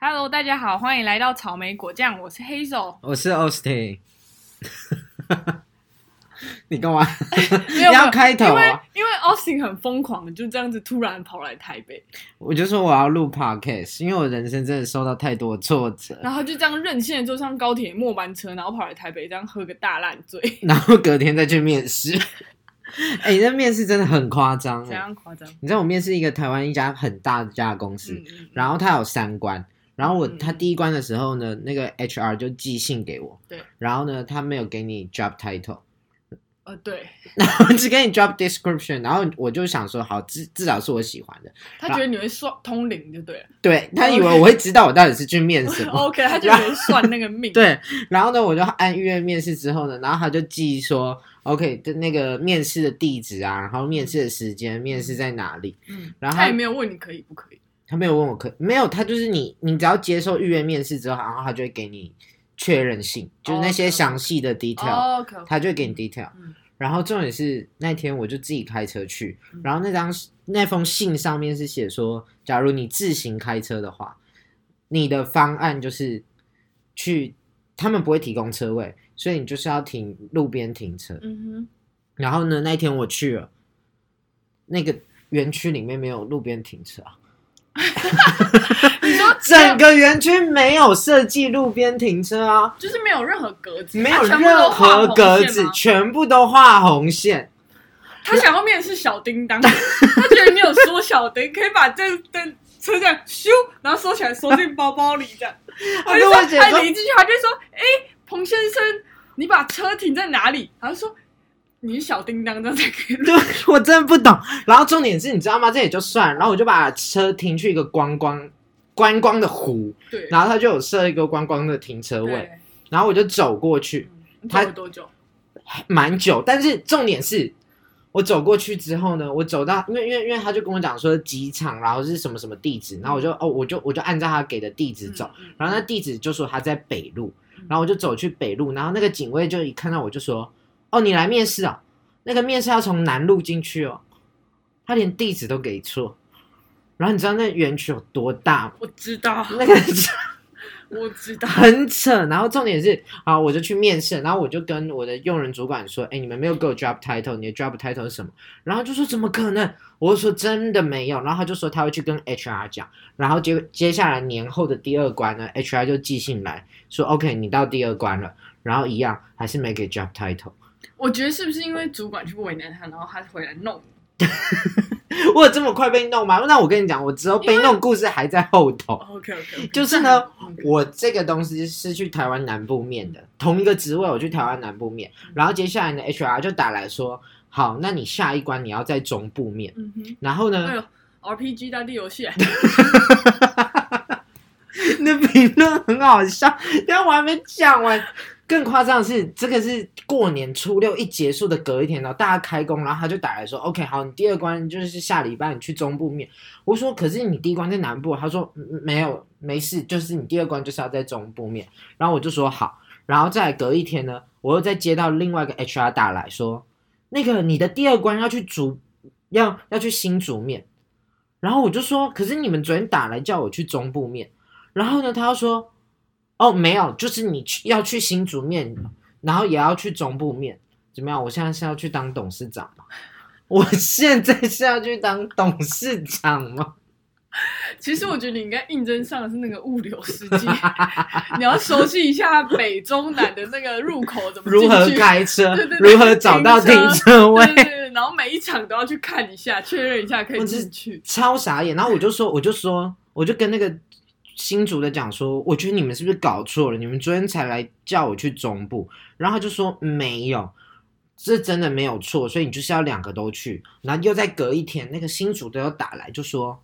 Hello，大家好，欢迎来到草莓果酱，我是 Hazel。我是 Austin。你干嘛？没 你要开头因为啊？因为 Austin 很疯狂，就这样子突然跑来台 北，我就说我要录 podcast，因为我人生真的受到太多挫折，然后就这样任性的坐上高铁末班车，然后跑来台北，这样喝个大烂醉，然后隔天再去面试。 哎、那面试真的很夸张怎哎！样夸张？你知道我面试一个台湾一家很大的家公司，嗯嗯，然后它有三关，然后我嗯他第一关的时候呢，那个 HR 就寄信给我，对，然后呢他没有给你 job title， 呃，对只给你 job description，然后我就想说好，至至少是我喜欢的，他觉得你会算通灵就对了对他哦以为我会知道我到 底是去面什么。 ，OK，他觉得你会算那个命，，对，然后呢，我就按预约面试之后呢，然后他就寄说，OK，的那个面试的地址啊，然后面试的时间，面试在哪里？嗯，然后他也没有问你可以不可以，他没有问我可没有，他就是你，你只要接受预约面试之后，然后他就会给你确认信，就是那些哦 OK，OK 详细的 detail，、哦，OK，他就会给你 detail 嗯。然后重点是那天我就自己开车去嗯，然后那张那封信上面是写说，假如你自行开车的话，你的方案就是去，他们不会提供车位，所以你就是要停路边停车。嗯然后呢，那天我去了，那个园区里面没有路边停车啊，哼，你说整个园区没有设计路边停车啊，就是没有任何格子，没有他全部都任画何红格线子吗，全部都画红线。他想要面试小叮当，他觉得你有缩小的，可以把这灯车这样咻，然后收起来收进包包里 这样。他他就就说会觉，他得一进去他就说，哎、彭先生，你把车停在哪里？他就说，你是小叮当这样才可以。对，我真的不懂。然后重点是，你知道吗？这也就算了，然后我就把车停去一个观光观光的湖，对，然后他就有设一个观光的停车位，对，然后我就走过去，你走他了多久？蛮久。但是重点是我走过去之后呢，我走到，因为因为因为他就跟我讲说机场，然后是什么什么地址，然后我就哦，我就我就按照他给的地址走，嗯，嗯然后那地址就说他在北路嗯，然后我就走去北路，然后那个警卫就一看到我就说：“哦，你来面试啊？那个面试要从南路进去哦。”他连地址都给错，然后你知道那园区有多大吗？我知道，那个 我知道。很扯，然后重点是，好，我就去面试，然后我就跟我的用人主管说，哎，你们没有给我 job title，你的 job title 是什么？然后就说怎么可能？我就说真的没有，然后他就说他会去跟 HR 讲，然后接接下来年后的第二关呢，HR 就寄信来说，OK，你到第二关了，然后一样还是没给 job title，我觉得是不是因为主管去为难他，然后他回来弄你？我有这么快被弄吗？那我跟你讲，我之后被弄故事还在后头。 OK OK，就是呢，我这个东西是去台湾南部面的，同一个职位我去台湾南部面，然后接下来呢，HR 就打来说，好，那你下一关你要在中部面，嗯哼，然后哎呢，呦，RPG 大地游戏啊， 你的评论很好笑，但我还没讲完。更夸张的是，这个是过年初六一结束的隔一天然后大家开工，然后他就打来说，OK，好，你第二关就是下礼拜你去中部面。我说，可是你第一关在南部，他说嗯没有，没事，就是你第二关就是要在中部面。然后我就说好，然后再隔一天呢，我又再接到另外一个 HR 打来说，那个你的第二关要去竹，要要去新竹面。然后我就说，可是你们昨天打来叫我去中部面，然后呢，他又说，哦，没有，就是你去要去新竹面，然后也要去中部面，怎么样？我现在是要去当董事长吗？ 我现在是要去当董事长吗？其实我觉得你应该应征上的是那个物流司机， 你要熟悉一下北中南的那个入口怎么进如去何开车对对？对如何找到停车位？对对对，然后每一场都要去看一下，确认一下可以进去。超傻眼。然后我就说，我就说，我就跟那个新竹的讲说，我觉得你们是不是搞错了？你们昨天才来叫我去中部，然后他就说没有，这真的没有错，所以你就是要两个都去。然后又再隔一天，那个新竹的又打来就说，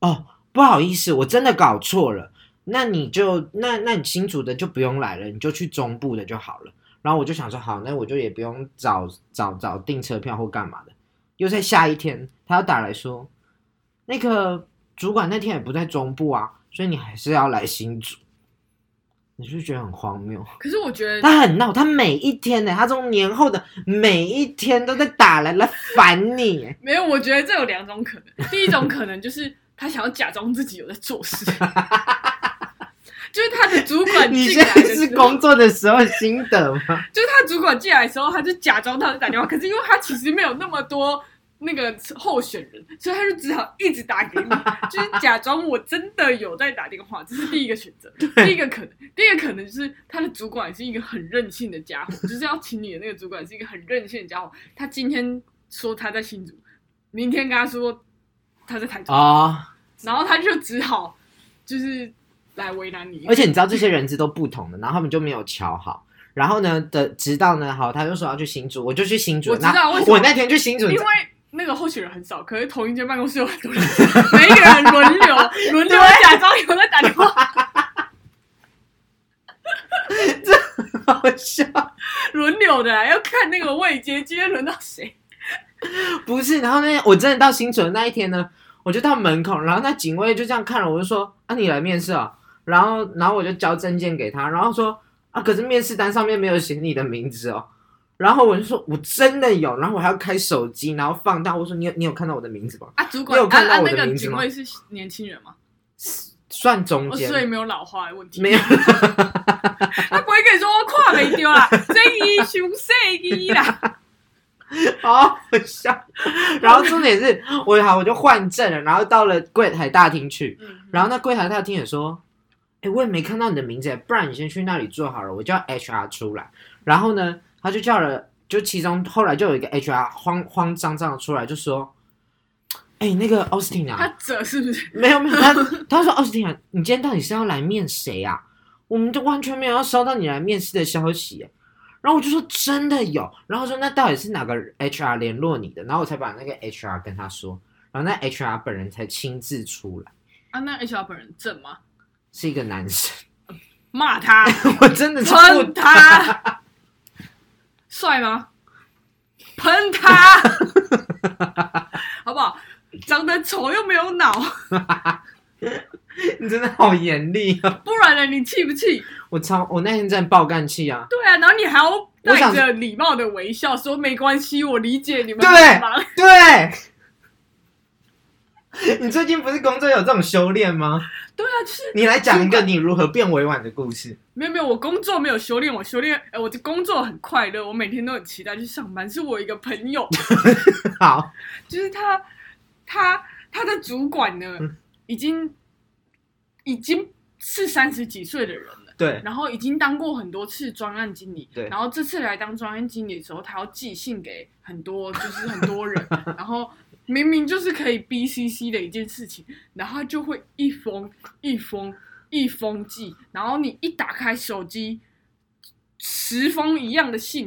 哦，不好意思，我真的搞错了。那你就那那你新竹的就不用来了，你就去中部的就好了。然后我就想说，好，那我就也不用找找找订车票或干嘛的。又在下一天，他又打来说，那个主管那天也不在中部啊，所以你还是要来新竹。你是不是觉得很荒谬？可是我觉得，他很闹，他每一天呢、他从年后的每一天都在打来来烦你、欸。没有，我觉得这有 两种可能。第一种可能就是他想要假装自己有在做事，就是他的主管你进现来在的是时候，工作的时候心得吗？ 就是他主管进来的时候，他就假装他在打电话，可是因为他其实没有那么多那个候选人，所以他就只好一直打 给你，就是假装我真的有在打电话，这是第一个选择。第一个可能，第一个可能就是他的主管是一个很任性的家伙，就是要请你的那个主管是一个很任性的家伙，他今天说他在新竹，明天跟他说他在台中，哦，然后他就只好就是来为难你，而且你知道这些人资都不同的，然后他们就没有瞧好。然后呢的，直到呢，好，他就说要去新竹，我就去新竹。我知道那为什么我那天去新竹， 因为那个候选人很少，可是同一间办公室有很 多人，每一个人轮流轮流假装有在打电话，好笑。轮流的啦要看那个位阶，今天轮到谁。不是，然后呢，我真的到新竹的那一天呢，我就到门口，然后那警卫就这样看了我，我就说啊，你来面试啊、然后，然后我就交证件给他，然后说啊，可是面试单上面没有写你的名字哦。然后我就说我真的有，然后我还要开手机，然后放大，我说你有你有看到我的名字吗？啊，主你管有看到啊啊我的那个名字警吗卫是年轻人吗？算中哦，间，所以没有老化的问题，没有，他不会跟你说我跨没丢啦，这一胸这一啦，哦 好好笑。然后重点是我好，我就换证了，然后到了柜台大厅去，嗯，然后那柜台大厅也说：“哎、我也没看到你的名字耶，不然你先去那里坐好了，我叫 HR 出来。”然后呢，他就叫了，就其中后来就有一个 HR 慌慌张张的出来，就说：“哎、那个 Austin 他啊，折是不是？没有没有，他他说 Austin 啊，你今天到底是要来面谁啊？我们就完全没有要收到你来面试的消息耶。”然后我就说真的有，然后说那到底是哪个 HR 联络你的？然后我才把那个 HR 跟他说，然后那 HR 本人才亲自出来，啊，那 HR 本人正吗？是一个男生。骂他， 我真的是不喷他， 帅吗？喷 他，好不好？长得丑又没有脑，你真的好严厉啊！不然呢？你气不气？我操，我那天真的爆干气啊！对啊，然后你还要我带想着礼貌的微笑说没关系，我理解你们对很忙。 对， 你最近不是工作有这种修炼吗？对啊，就是你来讲一个你如何变委婉的故事。 没有没有，我工作没有修炼，我修炼，哎，我的工作很快乐，我每天都很期待去上班。是我一个朋友，好，就是他，他他的主管呢，已经已经是三十几岁的人了，对，然后已经当过很多次专案经理，对然后这次来当专案经理的时候，他要寄信给很多就是很多人， 然后明明就是可以 BCC 的一件事情，然后他就会一封一封一封寄，然后你一打开手机，十封一样的信，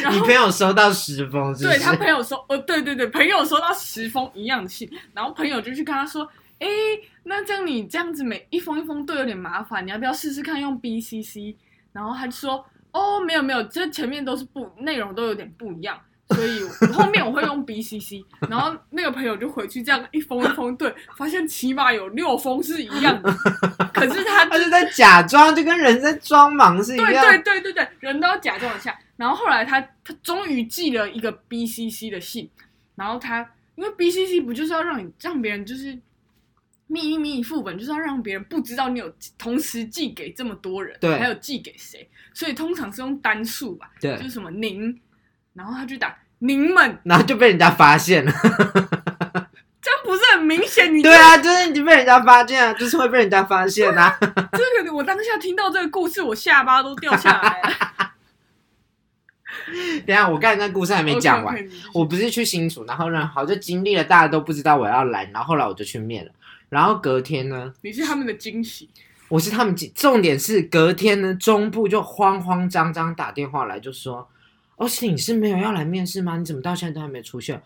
然你后朋友收到十封是不对他是？朋友说，哦，对对对，朋友收到十封一样的信，然后朋友就去跟他说，哎，那这样你这样子每一封一封对有点麻烦，你要不要试试看用 BCC？然后他就说，哦，没有没有，这前面都是不内容都有点不一样。所以我后面我会用 BCC，然后那个朋友就回去这样一封一封对，发现起码有六封是一样的，可是他 他就在假装，就跟人在装忙是一对样。对对对对，人都要假装一下。然后后来他他终于寄了一个 BCC 的信，然后他因为 BCC 不就是要让你让别人就是秘密密副本，就是要让别人不知道你有同时寄给这么多人，对还有寄给谁，所以通常是用单数吧，对就是什么您，然后他就打您们，然后就被人家发现了。这样不是很明显？你对啊，就是你被人家发现啊，就是会被人家发 现啊。这个我当下听到这个故事，我下巴都掉下来了。等一下我刚才那故事还没讲完 OK，OK，。你继续我不是去新竹，然后呢，好就经历了大家都不知道我要来，然后后来我就去面了，然后隔天呢，你是他们的惊喜，我是他们几，重点是隔天呢，中部就慌慌张张打电话来就说，哦，是你是没有要来面试吗？你怎么到现在都还没出现？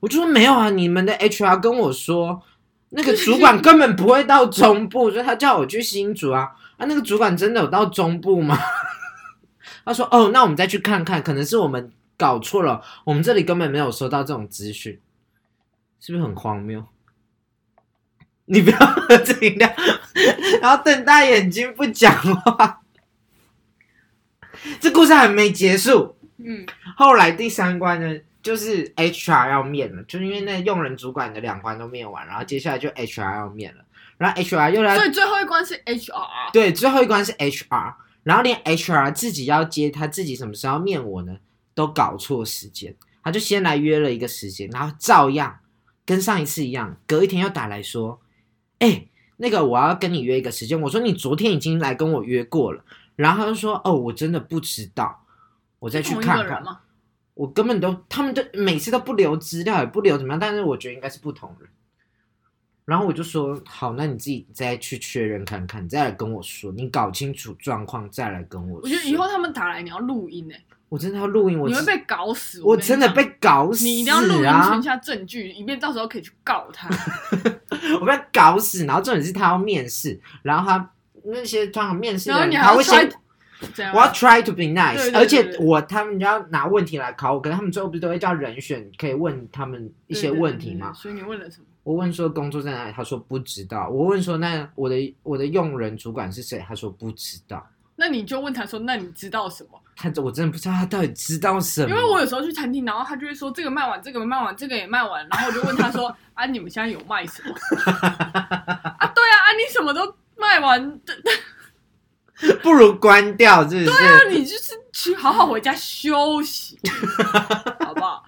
我就说没有啊，你们的 HR 跟我说，那个主管根本不会到中部， 所以他叫我去新竹啊。啊，那个主管真的有到中部吗？ 他说哦，那我们再去看看，可能是我们搞错了，我们这里根本没有收到这种资讯，是不是很荒谬？ 你不要喝这饮料，然后瞪大眼睛不讲话。这故事还没结束，嗯，后来第三关呢，就是 HR 要面了，就是因为那用人主管的两关都面完，然后接下来就 HR 要面了。然后 HR 又来所以最后一关是 HR，对，最后一关是 HR，然后连 HR 自己要接他自己什么时候面我呢，都搞错时间，他就先来约了一个时间，然后照样跟上一次一样，隔一天又打来说，哎、那个我要跟你约一个时间，我说你昨天已经来跟我约过了，然后他就说哦，我真的不知道，我再去同一看个人看，吗？我根本都他们都每次都不留资料，也不留怎么样，但是我觉得应该是不同人。然后我就说好，那你自己再去确认看看，再来跟我说，你搞清楚状况再来跟我说。我觉得以后他们打来你要录音哎、我真的要录音，我你会真被搞死。我跟你真的讲被搞死、啊，你一定要录音存下证据，以便到时候可以去告 他。我被搞死。然后重点是他要面试，然后他那些通常面试的然后人，你他还会要先 try- 这样我要 try to be nice，对对而且对我他们就要拿问题来考我，可是他们最后不是都会叫人选可以问他们一些问题吗？嘛。对对对对所以你问了什么？我问说工作在哪里，他说不知道。我问说那我的我的用人主管是谁，他说不知道。那你就问他说：“那你知道什么？”他我真的不知道他到底知道什么。因为我有时候去餐厅，然后他就会说这个卖完，这个卖完，这个也卖完，然后我就问他 说：“啊，你们现在有卖什么？”啊，对啊，啊，你什么都卖完，不如关掉，是不是？那你就是去好好回家休息，好不好？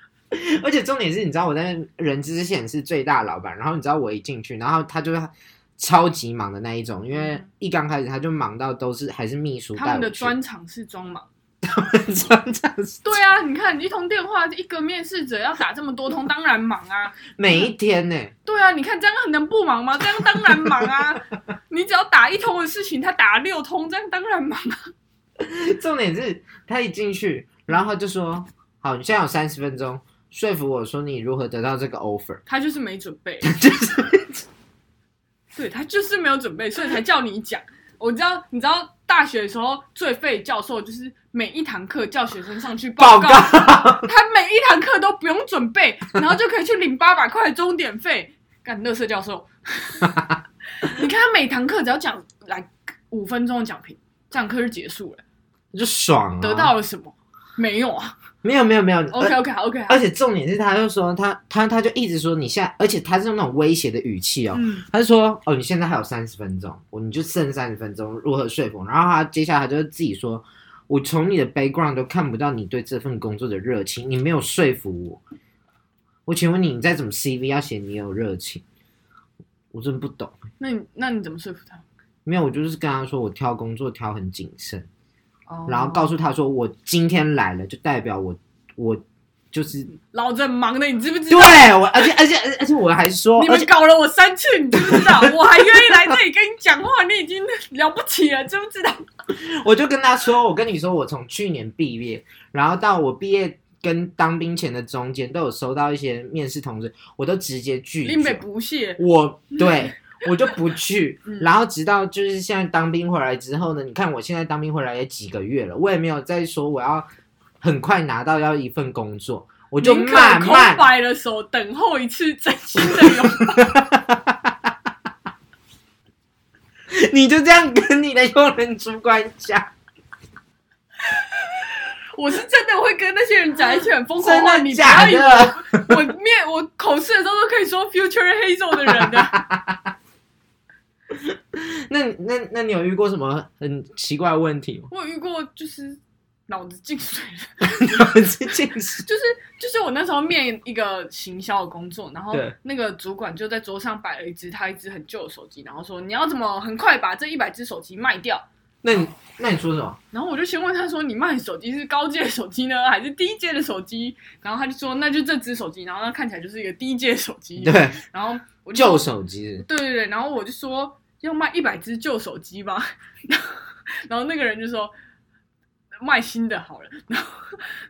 而且重点是，你知道我在人之前是最大老板，然后你知道我一进去，然后他就是超级忙的那一种，因为一刚开始他就忙到都是还是秘书嗯他带们我的去， 专场是装忙。专长对啊，你看你一通电话，一个面试者要打这么多通，当然忙啊。每一天呢、对啊，你看这样能不忙吗？这样当然忙啊！你只要打一通的事情，他打六通，这样当然忙啊。重点是他一进去，然后他就说：“好，你现在有三十分钟说服我说你如何得到这个 offer。” 他就是没准备，就是对他就是没有准备，所以才叫你讲。我知道，你知道大学的时候最废的教授就是每一堂课叫学生上去报报告，他每一堂课都不用准备，然后就可以去领八百块的钟点费。干，乐色教 授，你看他每堂课只要讲来五分钟的讲评，这堂课就结束了，就爽、啊，得到了什么？没有啊。没有没有没有 OK 而 OK OK，而且重点是他就说他他他就一直说你现在，而且他是用那种威胁的语气哦，嗯，他就说哦你现在还有三十分钟，我你就剩三十分钟，如何说服？然后他接下来他就自己说，我从你的 background 都看不到你对这份工作的热情，你没有说服我。我请问你，你再怎么 CV 要写你有热情？我真不懂。那你那你怎么说服他？没有，我就是跟他说我挑工作挑很谨慎。哦然后告诉他说：“我今天来了，就代表我我就是老子很忙的，你知不知对道？我，而且而且而且我还说，你哦而们且搞了我三次，你知不知道？ 我还愿意来这里跟你讲话，你已经了不起了，知不知道？我就跟他说，我跟你说，我从去年毕业，然后到我毕业跟当兵前的中间，都有收到一些面试通知，我都直接拒林北绝，不屑，我 对。”我就不去嗯，然后直到就是现在当兵回来之后呢，你看我现在当兵回来也几个月了，我也没有再说我要很快拿到要一份工作，我就宁可慢空慢白的手，等候一次真心的拥抱。 你就这样跟你的用人主管 讲，我是真的会跟那些人讲一些很疯狂真的话，的哦你不要假以为的？我面我口试的时候都可以说 future hazel 的人 的。那那那你有遇过什么很奇怪的问题吗？ 我有遇过就是脑子进水了。这件事，就是就是我那时候面一个行销的工作，然后对那个主管就在桌上摆了一只他一只很旧的手机，然后说你要怎么很快把这一百只手机卖掉？那你那你说什么？然后我就先问他说你卖的手机是高阶的手机呢，还是低阶的手机？然后他就说那就这只手机，然后他看起来就是一个低阶手机。对，然后我就旧说手机是对对对，然后我就说要卖一百只旧手机吧，然后然后那个人就说卖新的好了，然后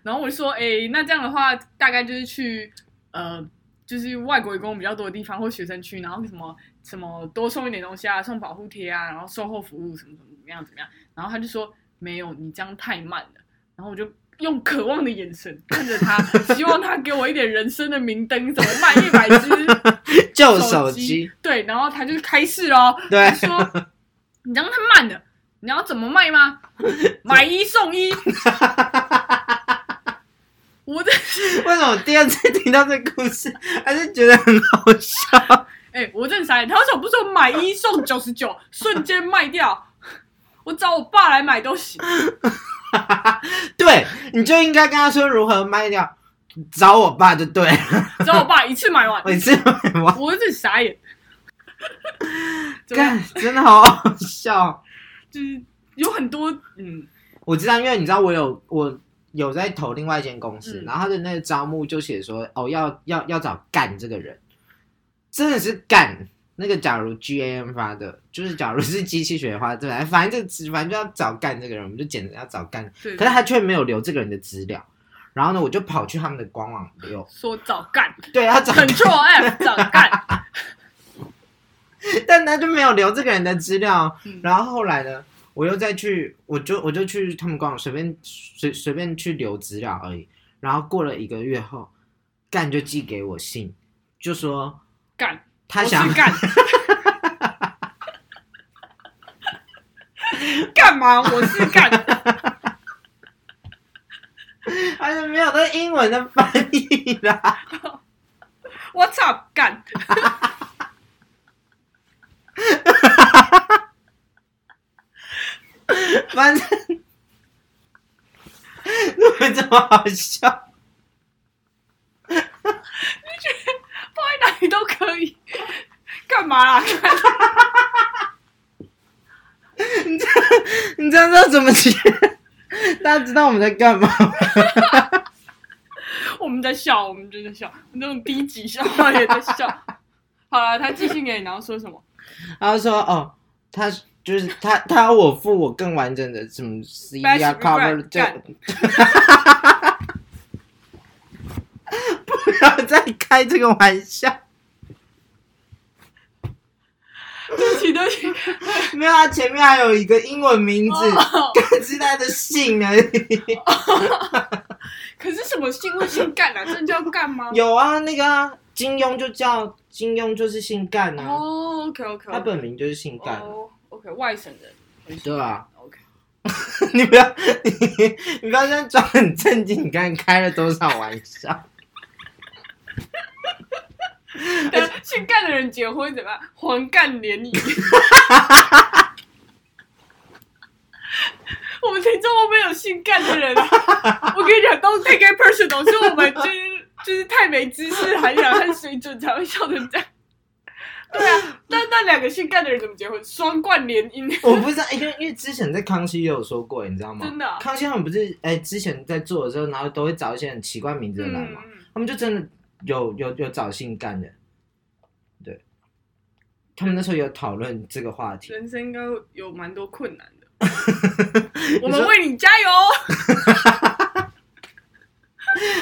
然后我就说，哎、那这样的话大概就是去呃，就是外国移工比较多的地方或学生区，然后什么什么多送一点东西啊，送保护贴啊，然后售后服务什么什么怎么样怎么样，然后他就说没有，你这样太慢了，然后我就。用渴望的眼神看着他，希望他给我一点人生的明灯，怎么卖一百只旧手手机机，对，然后他就开始咯，对他说你让他慢的，你要怎么卖吗？ 买一送一。我的，为什么第二次听到这故事还是觉得很好笑？哎、我真的傻眼，他为什么不说买一送九十九，瞬间卖掉？我找我爸来买都行。对，你就应该跟他说如何卖掉，找我爸就对了，找我爸一次买完，每次买完，我真的傻眼。怎么样干真的好好笑。就是有很多嗯，我知道，因为你知道我有我有在投另外一间公司，嗯然后他的那个招募就写说哦要要要找干这个人，真的是干。那个假如 G A M 发的，就是假如是机器学的话，对吧？反正这反正就要找干这个人，我们就简直要找干。对，可是他却没有留这个人的资料，然后呢，我就跑去他们的官网留，说早干对，他找，Ctrl F 早干，但他就没有留这个人的资料。嗯然后后来呢，我又再去，我就我就去他们官网随便随随便去留资料而已。然后过了一个月后，干就寄给我信，就说干，他我想是干， 干嘛？我是干， 而且没有那英文的翻译啦。 我操干，反正 你们这么好笑，放在哪里都可以，干嘛啦？ 干你知道这怎么写？ 大家知道我们在干嘛吗？我们在笑，我们真的笑，那种低级笑话也在笑。 好了，他寄信给你，然后说什么？他说哦，他就是他，他要我付我更完整的什么 C 啊 Best cover regret，这干， 不要再开这个玩笑。对不起，对 不起，没有，他前面还有一个英文名字， 哦干是他的姓而已。可是什么姓会姓干啊？这叫干吗？ 有啊，那个啊，金庸就叫金庸，就是姓干啊，哦，OK，OK，OK、他 o k OK，本名就是姓干，哦，OK，外省人 对吧？ ，OK， 你不要， 你你不要这样装很正经，你刚才开了多少玩笑？但姓干的人结婚怎么样？黄干联谊。 我们听众会不会有姓干的人啊？我跟你讲，都是 take it personal，是我们就是就是太没知识涵养和水准才会笑成这样。对啊，但那两个姓干的人怎么结婚？双冠联姻， 我不知道，因为因为之前在康熙也有说过，你知道吗？真的啊康熙他们不是哎、之前在做的时候，然后都会找一些很奇怪名字的来嘛，嗯他们就真的有有有找姓干的，对，他们那时候有讨论这个话题，人生应该有蛮多困难 的。我你们说为你加油！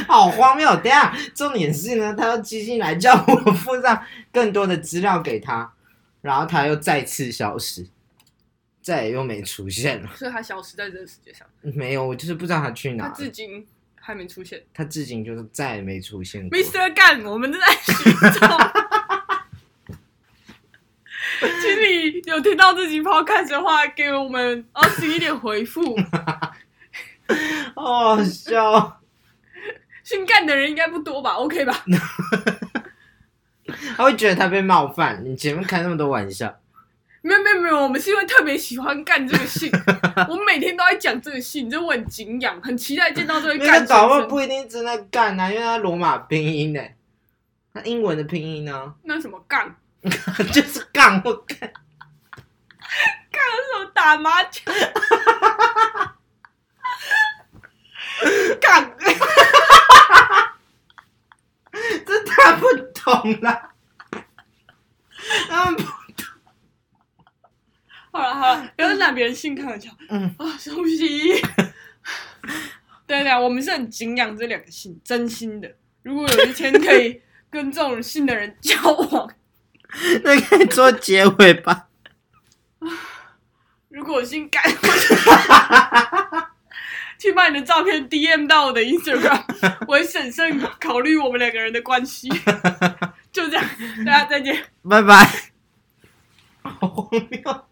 好荒谬！等一下，重点是呢，他要寄信来叫我附上更多的资料给他，然后他又再次消失，再也又没出现了。所以他消失在这个世界上，没有，我就是不知道他去哪他了。至今还没出现。他至今就是再也没出现过。 Mr. 干，我们正在寻 找。请你有听到这集 podcast 的话，给我们二十一点回复。好好笑哦。姓干的人应该不多吧？OK 吧？他会觉得他被冒犯。你前面开那么多玩笑，没有没有没有，我们是因为特别喜欢干这个 姓，我们每天都在讲这个姓，这我很敬仰，很期待见到这位那干个搞不好先生。不一定真的干啊，因为他罗马拼音呢，他英文的拼音呢 那什么干，就是干或干。那什么打麻将，干。 这他不懂啦，他们不好了好了，不要拿别人性开玩笑。嗯啊，休息。对对，我们是很敬仰这两个姓，真心的。如果有一天可以跟这种姓的人交往，那可以做结尾吧？如果我姓盖，我就去把你的照片 DM 到我的 Instagram，我会审慎考虑我们两个人的关系。就这样，大家再见。 拜拜。好荒谬。